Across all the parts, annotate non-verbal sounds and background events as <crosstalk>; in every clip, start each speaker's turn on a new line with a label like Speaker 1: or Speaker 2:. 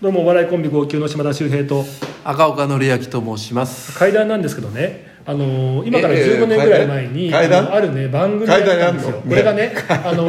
Speaker 1: どうもお笑いコンビ号泣の島田秀平と
Speaker 2: 赤岡典明と申します
Speaker 1: 階段なんですけどねあのー今から
Speaker 3: ええ
Speaker 1: 15年ぐらい前に、
Speaker 3: 階段
Speaker 1: あるね番組
Speaker 3: 階段
Speaker 1: やったんですよ
Speaker 3: やんの
Speaker 1: これがねあの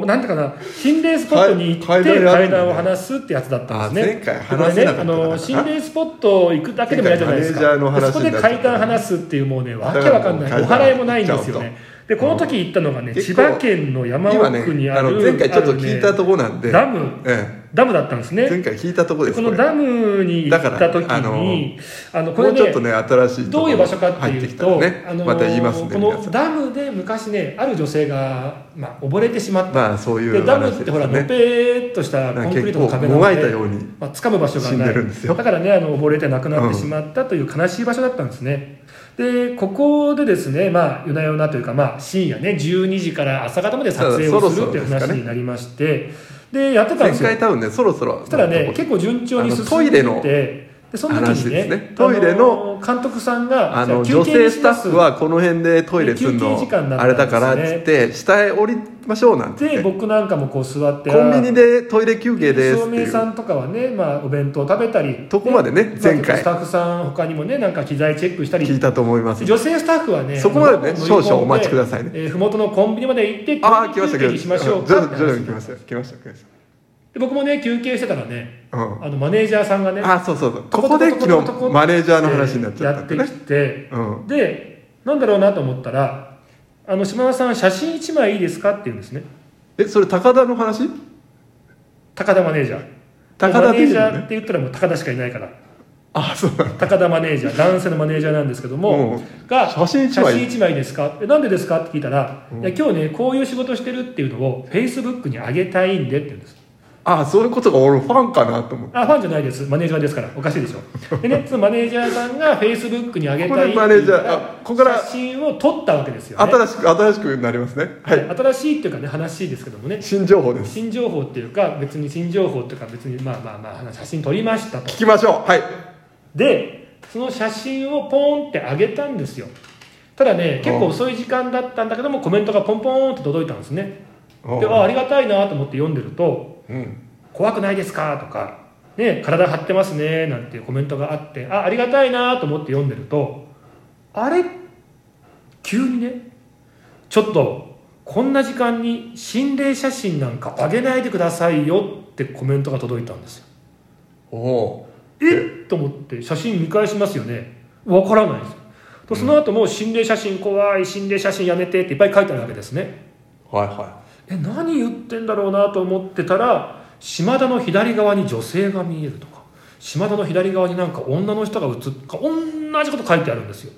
Speaker 1: ーなんていうかな心霊スポットに行って
Speaker 3: 階段やんの
Speaker 1: 階段を話すってやつだったんですね
Speaker 3: あ前回
Speaker 1: でこれ
Speaker 3: 話せ
Speaker 1: ね
Speaker 3: なか
Speaker 1: あ
Speaker 3: ったな
Speaker 1: のー心霊スポット行くだけでもやるじゃないですか
Speaker 3: 前回マネージャーの
Speaker 1: で
Speaker 3: 話
Speaker 1: そこで
Speaker 3: になっちゃった
Speaker 1: 階段話すっていうもうねわけわかん
Speaker 3: だ
Speaker 1: な
Speaker 3: から
Speaker 1: い
Speaker 3: も
Speaker 1: お払いも
Speaker 3: う階段
Speaker 1: ないんですよねでこの時行ったのがね千
Speaker 3: 結構
Speaker 1: 葉県の山
Speaker 3: 今
Speaker 1: 奥に
Speaker 3: ね
Speaker 1: あ
Speaker 3: あ
Speaker 1: る
Speaker 3: の前回ちょっと聞いたと
Speaker 1: こ
Speaker 3: こなんで、
Speaker 1: ダム
Speaker 3: え
Speaker 1: ダムだったんです
Speaker 3: え
Speaker 1: ね
Speaker 3: 前回聞いたとこ
Speaker 1: で
Speaker 3: です
Speaker 1: この
Speaker 3: これ
Speaker 1: ダムに行った時
Speaker 3: だからあの
Speaker 1: にあのこ
Speaker 3: も
Speaker 1: れ
Speaker 3: うちょ
Speaker 1: ね
Speaker 3: っとね新しいと
Speaker 1: ど
Speaker 3: こ
Speaker 1: ういう場所かって
Speaker 3: 入
Speaker 1: い
Speaker 3: って
Speaker 1: う
Speaker 3: きたら
Speaker 1: と、
Speaker 3: ね、
Speaker 1: あのー
Speaker 3: また言いますね
Speaker 1: こ
Speaker 3: 皆さ
Speaker 1: の
Speaker 3: ん
Speaker 1: ダムで昔ねある女性が、まあ、溺れてしまった、
Speaker 3: まあそういう
Speaker 1: でダム
Speaker 3: 話
Speaker 1: っ
Speaker 3: で
Speaker 1: て
Speaker 3: す
Speaker 1: ほらのぺ
Speaker 3: ね
Speaker 1: ーっとしたコンクリートの壁な
Speaker 3: も
Speaker 1: の
Speaker 3: がいた
Speaker 1: で、
Speaker 3: ように
Speaker 1: まあ掴む場所が
Speaker 3: 死ん
Speaker 1: な
Speaker 3: で
Speaker 1: い
Speaker 3: るんですよ
Speaker 1: だからねあの溺れて亡くなっ
Speaker 3: うん
Speaker 1: てしまったという悲しい場所だったんですね、でここでですねまあ夜な夜なというか、まあ、深夜ね12時から朝方まで撮影
Speaker 3: そう
Speaker 1: を
Speaker 3: だ
Speaker 1: するっていう
Speaker 3: そろそろです
Speaker 1: 話
Speaker 3: かね
Speaker 1: になりましてでやってたん
Speaker 3: 前
Speaker 1: ですよ
Speaker 3: 回多分ねそろそろ
Speaker 1: そしたらね結構順調に進んでいて
Speaker 3: あのトイレの
Speaker 1: でその時にね
Speaker 3: 話ですねトイレの
Speaker 1: あ監督さんが
Speaker 3: あの
Speaker 1: じゃ
Speaker 3: 女
Speaker 1: あ休憩
Speaker 3: 性
Speaker 1: に
Speaker 3: ス
Speaker 1: し
Speaker 3: タ
Speaker 1: ま
Speaker 3: ッ
Speaker 1: す
Speaker 3: フはこの辺でトイレする
Speaker 1: 休
Speaker 3: の
Speaker 1: 憩時間だった
Speaker 3: あ
Speaker 1: んで
Speaker 3: れ
Speaker 1: すね
Speaker 3: だからっつって下へ降りましょうなんて
Speaker 1: で
Speaker 3: 言って
Speaker 1: 僕なんかもこう座って
Speaker 3: コンビニでトイレ休憩です
Speaker 1: 照
Speaker 3: ってい
Speaker 1: 明
Speaker 3: う
Speaker 1: さんとかはね、まあ、お弁当食べたり
Speaker 3: とこまでね
Speaker 1: あ
Speaker 3: 前回
Speaker 1: スタッフさん他にもねなんか機材チェックしたり
Speaker 3: 聞いたと思います
Speaker 1: 女性スタッフはね
Speaker 3: そこまでね
Speaker 1: あの
Speaker 3: 少々お待ちくださいね
Speaker 1: えー麓のコンビニまで行って
Speaker 3: ああ来ました
Speaker 1: 休憩
Speaker 3: 来
Speaker 1: しま
Speaker 3: ま
Speaker 1: し
Speaker 3: し
Speaker 1: ょ
Speaker 3: た
Speaker 1: う
Speaker 3: 徐
Speaker 1: かって
Speaker 3: 々
Speaker 1: 話
Speaker 3: に徐々に来ました来ました来まし
Speaker 1: で僕もね休憩してたらね
Speaker 3: たうん
Speaker 1: あのマネージャーさんがね
Speaker 3: あそうそうそうここで昨日マネージャーの話になっちゃった
Speaker 1: っ
Speaker 3: ん
Speaker 1: て
Speaker 3: で
Speaker 1: やっ
Speaker 3: ね
Speaker 1: てきて、
Speaker 3: うん
Speaker 1: でなんだろうなと思ったら「あの島田さん写真1枚いいですか?」って言うんですね
Speaker 3: えそれ高田の話
Speaker 1: 高田マネージャー
Speaker 3: 高田
Speaker 1: マ
Speaker 3: って
Speaker 1: ネー
Speaker 3: い
Speaker 1: ジ
Speaker 3: う
Speaker 1: ャー
Speaker 3: の
Speaker 1: っ
Speaker 3: ね
Speaker 1: て言ったらもう高田しかいないから
Speaker 3: あそうなの
Speaker 1: 高田マネージャー男性のマネージャーなんですけども、
Speaker 3: うん
Speaker 1: が
Speaker 3: 写真一枚
Speaker 1: 写真一枚ですかえなんでですか?」って聞いたら、いや「今日ねこういう仕事してるっていうのをフェイスブックに上げたいんで」って言うんです
Speaker 3: あそういうことが俺ファンかなと思って
Speaker 1: あファンじゃないですマネージャーですからおかしいでしょで
Speaker 3: <laughs>
Speaker 1: ねそのマネージャーさんがフェイスブックに上げたいって言う
Speaker 3: ここでマネージャーあここから
Speaker 1: 写真を撮ったわけですよ、ね、
Speaker 3: 新しく新しくなりますねはい
Speaker 1: 新しいっていうかね話しいですけどもね
Speaker 3: 新情報です
Speaker 1: 新情報っていうか別に新情報っていうか別にまあまあまあ話写真撮りましたと
Speaker 3: 聞きましょうはい
Speaker 1: でその写真をポンって上げたんですよただね結構遅い時間だったんだけどもコメントがポンポンって届いたんですねであありがたいなと思って読んでると
Speaker 3: うん
Speaker 1: 「怖くないですか?」とか、ね「体張ってますね」なんていうコメントがあってあありがたいなと思って読んでるとあれ急にねちょっとこんな時間に心霊写真なんか上げないでくださいよってコメントが届いたんですよ
Speaker 3: おお
Speaker 1: えっと思って写真見返しますよねわからないんですよとその後も心霊写真怖い心霊写真やめてっていっぱい書いてあるわけですね
Speaker 3: はいは
Speaker 1: え何言ってんだろうなと思ってたら島田の左側に女性が見えるとか島田の左側になんか女の人が写っか同じこと書いてあるんですよ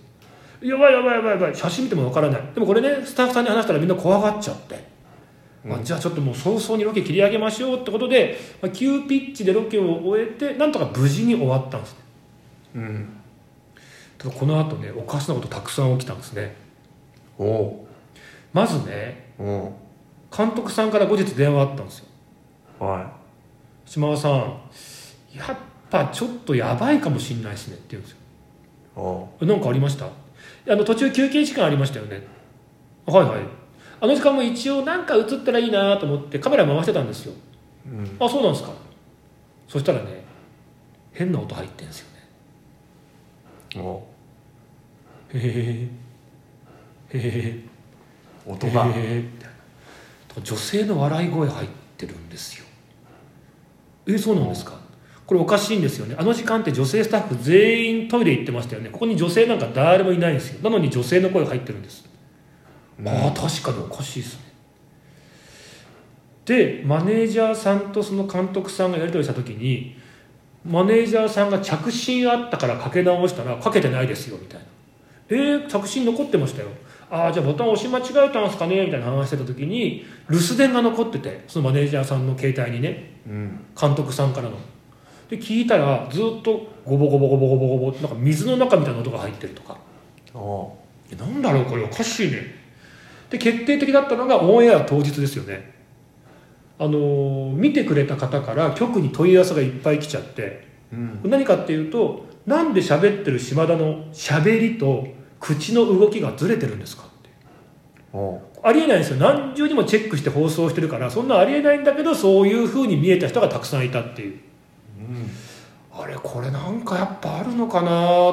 Speaker 1: やばいやばいやばいやばい写真見てもわからないでもこれねスタッフさんに話したらみんな怖がっちゃって、まあ、じゃあちょっともう早々にロケ切り上げましょうってことで、まあ、急ピッチでロケを終えてなんとか無事に終わったんです
Speaker 3: いうん
Speaker 1: ただこの後ねおかしなことたくさん起きたんですね
Speaker 3: おお
Speaker 1: まずね
Speaker 3: お
Speaker 1: 監督さんから後日電話あったんですよ
Speaker 3: おは
Speaker 1: 島田さんやっぱちょっとやばいかもしんないですねって言うんですよ
Speaker 3: いおお
Speaker 1: えなんかありましたいやあの途中休憩時間ありましたよねはいはいあの時間も一応なんか映ったらいいなと思ってカメラ回してたんですよ、
Speaker 3: うん
Speaker 1: あそうなんですかそしたらね変な音入ってんですよね
Speaker 3: お
Speaker 1: へえへえ
Speaker 3: 音が
Speaker 1: えーみたいな女性の笑い声入ってるんですよえそうなんですかこれおかしいんですよねあの時間って女性スタッフ全員トイレ行ってましたよねここに女性なんか誰もいないんですよなのに女性の声が入ってるんです、ああ確かにおかしいですねでマネージャーさんとその監督さんがやり取りした時にマネージャーさんが着信あったからかけ直したらかけてないですよみたいなえー、着信残ってましたよああじゃあボタン押し間違えたんですかねみたいな話してた時に留守電が残っててそのマネージャーさんの携帯にね
Speaker 3: うん
Speaker 1: 監督さんからので聞いたらずっとゴボゴボゴボゴボゴボなんか水の中みたいな音が入ってるとか
Speaker 3: おお
Speaker 1: えなんだろうこれおかしいねで決定的だったのがオンエア当日ですよねあのー見てくれた方から局に問い合わせがいっぱい来ちゃって
Speaker 3: うん
Speaker 1: 何かっていうとなんで喋ってる島田の喋りと口の動きがずれてるんですかって
Speaker 3: おお
Speaker 1: ありえないんですよ何重にもチェックして放送してるからそんなありえないんだけどそういうふうに見えた人がたくさんいたっていう
Speaker 3: うん
Speaker 1: あれこれなんかやっぱあるのかな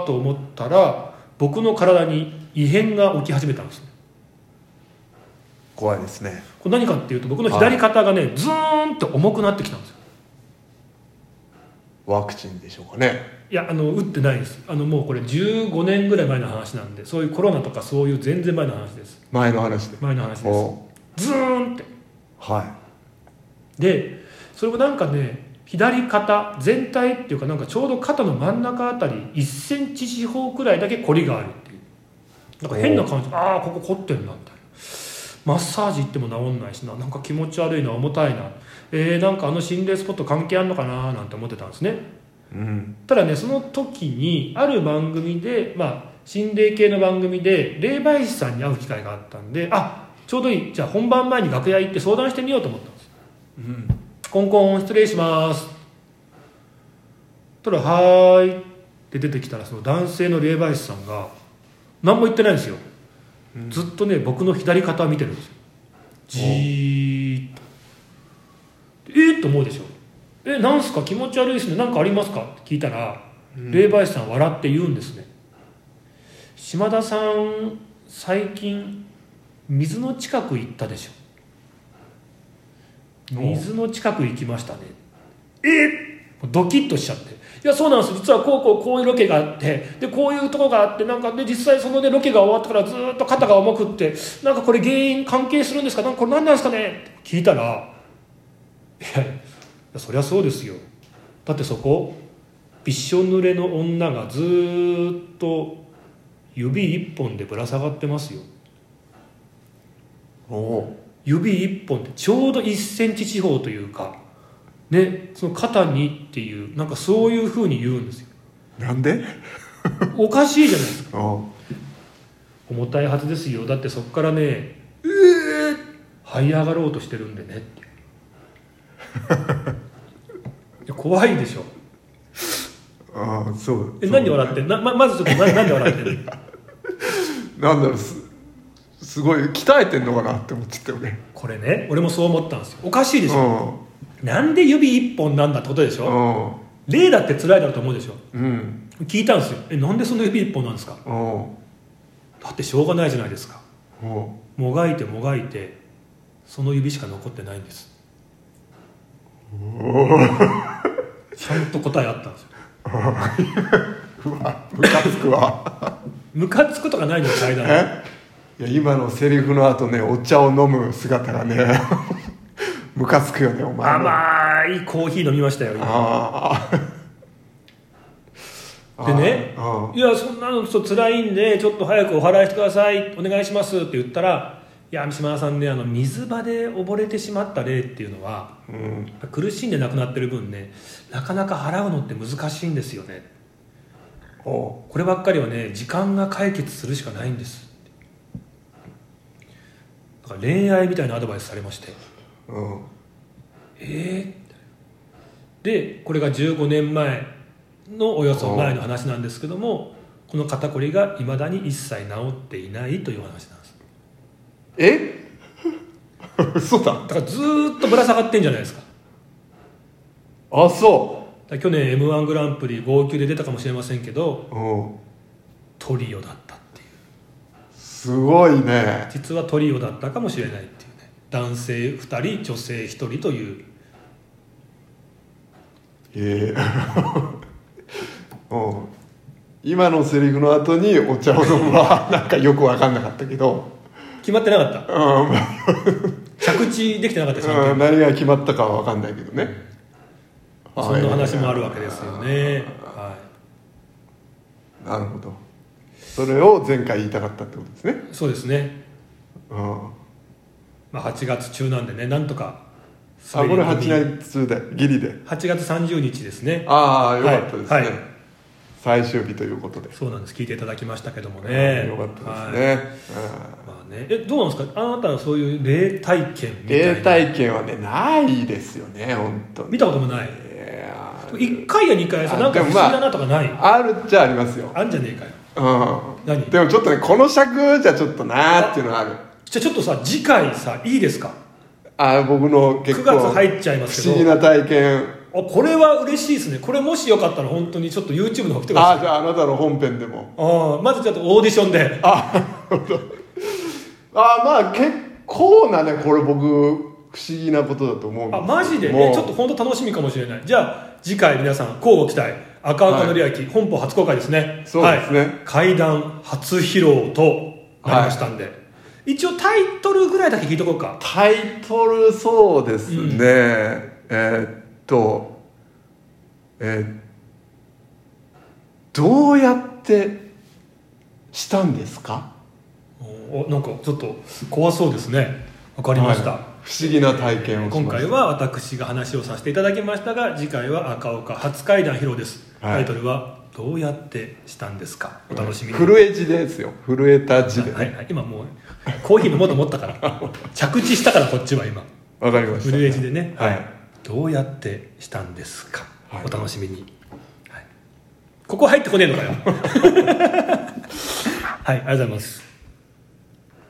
Speaker 1: と思ったら僕の体に異変が起き始めたんですね
Speaker 3: 怖いですね
Speaker 1: これ何かっていうと僕の左肩がねズーンって重くなってきたんですよ
Speaker 3: ワクチンでしょうかね
Speaker 1: いやあの打ってないですあのもうこれ15年ぐらい前の話なんでそういうコロナとかそういう全然前の話です
Speaker 3: 前の話で
Speaker 1: 前の話です
Speaker 3: お
Speaker 1: ズーンって
Speaker 3: は
Speaker 1: でそれもなんかね左肩全体っていうかなんかちょうど肩の真ん中あたり1センチ四方くらいだけ凝りがあるっていうなんか変な感じああここ凝ってるなみたいなマッサージ行っても治んないしななんか気持ち悪いな重たいなえー、なんかあの心霊スポット関係あんのかななんて思ってたんですね
Speaker 3: いうん
Speaker 1: ただねその時にある番組で、まあ、心霊系の番組で霊媒師さんに会う機会があったんであちょうどいいじゃあ本番前に楽屋行って相談してみようと思ったんです、コンコン失礼しますたら「はーい」って出てきたらその男性の霊媒師さんが何も言ってないんですよ、ずっとね僕の左肩を見てるんですよじーっとえっ、と思うでしょえなんすか気持ち悪いですね何かありますかって聞いたら、霊媒師さん笑って言うんですね島田さん最近水の近く行ったでしょ
Speaker 3: お
Speaker 1: 水の近く行きましたねえドキッとしちゃっていやそうなんです実はこうこうこういうロケがあってでこういうとこがあってなんかで実際そのねロケが終わったからずーっと肩が重くってなんかこれ原因関係するんですかなんかこれ何なんですかねって聞いたらいやいやそりゃそうですよだってそこびっしょ濡れの女がずーっと指一本でぶら下がってますよ
Speaker 3: おお
Speaker 1: 指一本でちょうど1センチ四方というかねその肩にっていうなんかそういうふうに言うん <laughs> ですよ
Speaker 3: なんで
Speaker 1: おかしいじゃないですか
Speaker 3: お
Speaker 1: 重たいはずですよだってそこからねえー這い上がろうとしてるんでねっていや怖いでしょ
Speaker 3: ああそう
Speaker 1: え何で笑ってんなままずちょっとななんで笑ってんの
Speaker 3: なんだろうすすごい鍛えてんのかなって思っちゃったよね
Speaker 1: これね俺もそう思ったんですよおかしいでし
Speaker 3: う
Speaker 1: ょ、
Speaker 3: ん
Speaker 1: なんで指一本なんだってことでしょ、
Speaker 3: う
Speaker 1: 霊だって辛いだろうと思うでしょ
Speaker 3: んうん
Speaker 1: 聞いたんですよえなんでその指一本なんですか
Speaker 3: お
Speaker 1: だってしょうがないじゃないですか
Speaker 3: うお
Speaker 1: もがいてもがいてその指しか残ってないんですちゃんと答えあったんですよ
Speaker 3: ううわムカつくわ
Speaker 1: ムカつくとかないのよ階段で
Speaker 3: えいや今のセリフの後ねお茶を飲む姿がねムカつくよねお前の
Speaker 1: 甘いコーヒー飲みましたよ今
Speaker 3: ああ
Speaker 1: でね
Speaker 3: あ
Speaker 1: いやそんなのちょっと辛いんでちょっと早くお払いしてくださいお願いしますって言ったらいや三島さんねあの水場で溺れてしまった例っていうのは
Speaker 3: あうん
Speaker 1: 苦しんで亡くなってる分ねなかなか払うのって難しいんですよね
Speaker 3: お
Speaker 1: こ
Speaker 3: う
Speaker 1: ればっかりはね時間が解決するしかないんですだから恋愛みたいなアドバイスされまして
Speaker 3: うん
Speaker 1: ええでこれが15年前のおよそ前の話なんですけどもこの肩こりがいまだに一切治っていないという話なんです
Speaker 3: え嘘だ
Speaker 1: だからずーっとぶら下がってんじゃないですか
Speaker 3: あそ
Speaker 1: だから去年 m 1グランプリ号泣で出たかもしれませんけど
Speaker 3: ううん
Speaker 1: トリオだったっていう
Speaker 3: すごいね
Speaker 1: 実はトリオだったかもしれないっていうね男性2人女性1人という
Speaker 3: ええ <laughs> うん今のセリフの後にお茶を飲むはなんかよく分かんなかったけど、
Speaker 1: 決まってなかった
Speaker 3: うんまあ
Speaker 1: 着地できてなかったでしょ
Speaker 3: うん何が決まったかは分かんないけどね
Speaker 1: そんな話もあるわ
Speaker 3: け
Speaker 1: けですよねはい
Speaker 3: なるほどそれを前回言いたかったってことですね、
Speaker 1: そうですね、
Speaker 3: うん、あ
Speaker 1: まあ、8月中なんでねなんとか
Speaker 3: こ
Speaker 1: 滑
Speaker 3: れ
Speaker 1: り込み
Speaker 3: 8月でギリで
Speaker 1: 8月30日ですね
Speaker 3: ああよかったですね、
Speaker 1: はいはい
Speaker 3: 最終日ということで、
Speaker 1: そうなんです聞いていただきましたけどもね
Speaker 3: よかった
Speaker 1: はい
Speaker 3: ですね、
Speaker 1: まあねえどうなんですかあなたはそういう霊体験
Speaker 3: うん
Speaker 1: みたいな
Speaker 3: 霊体験はねないですよね本当に
Speaker 1: 見たこともない
Speaker 3: いやー
Speaker 1: 1回や2回さ
Speaker 3: あ
Speaker 1: なんか不思議だなとかない、あ、
Speaker 3: あるっちゃありますよ、
Speaker 1: んじゃねえかよ
Speaker 3: う
Speaker 1: 何
Speaker 3: ん、でもちょっとねこの尺じゃちょっとなーっていうのはある
Speaker 1: じゃあちょっとさ次回さいいですか
Speaker 3: あー僕の結構
Speaker 1: 9月入っちゃいますけど
Speaker 3: 不思議な体験
Speaker 1: あこれは嬉しいですねこれもしよかったら本当にちょっと YouTube の方来てください
Speaker 3: ああじゃああなたの本編でも
Speaker 1: ああまずちょっとオーディションで
Speaker 3: ああまあ結構なねこれ僕不思議なことだと思うんで
Speaker 1: あ
Speaker 3: す
Speaker 1: マジで
Speaker 3: も
Speaker 1: ね
Speaker 3: う
Speaker 1: ちょっと本当楽しみかもしれないじゃあ次回皆さん交互期待赤赤のりあき、本邦初公開ですね
Speaker 3: そうですね
Speaker 1: はい、怪談初披露となりましたんで、一応タイトルぐらいだけ聞いとこうか
Speaker 3: タイトルそうですね、
Speaker 1: うん
Speaker 3: えーっとえーどうやってしたんですか
Speaker 1: おなんかちょっと怖そうですねわかりました、
Speaker 3: はい不思議な体験をしました
Speaker 1: 今回は私が話をさせていただきましたが次回は赤岡初怪談披露です、
Speaker 3: はい
Speaker 1: タイトルは「どうやってしたんですか?」お楽しみに、
Speaker 3: 震え字ですよ震えた字でね
Speaker 1: はいはい、今もうコーヒー飲もうと思ったから着地したからこっちは今
Speaker 3: わ、かりました
Speaker 1: 震え字でね、
Speaker 3: はい
Speaker 1: どうやってしたんですか、
Speaker 3: はい
Speaker 1: お楽しみに、
Speaker 3: <laughs>
Speaker 1: はいここ入ってこねえのかよはいありがとうございます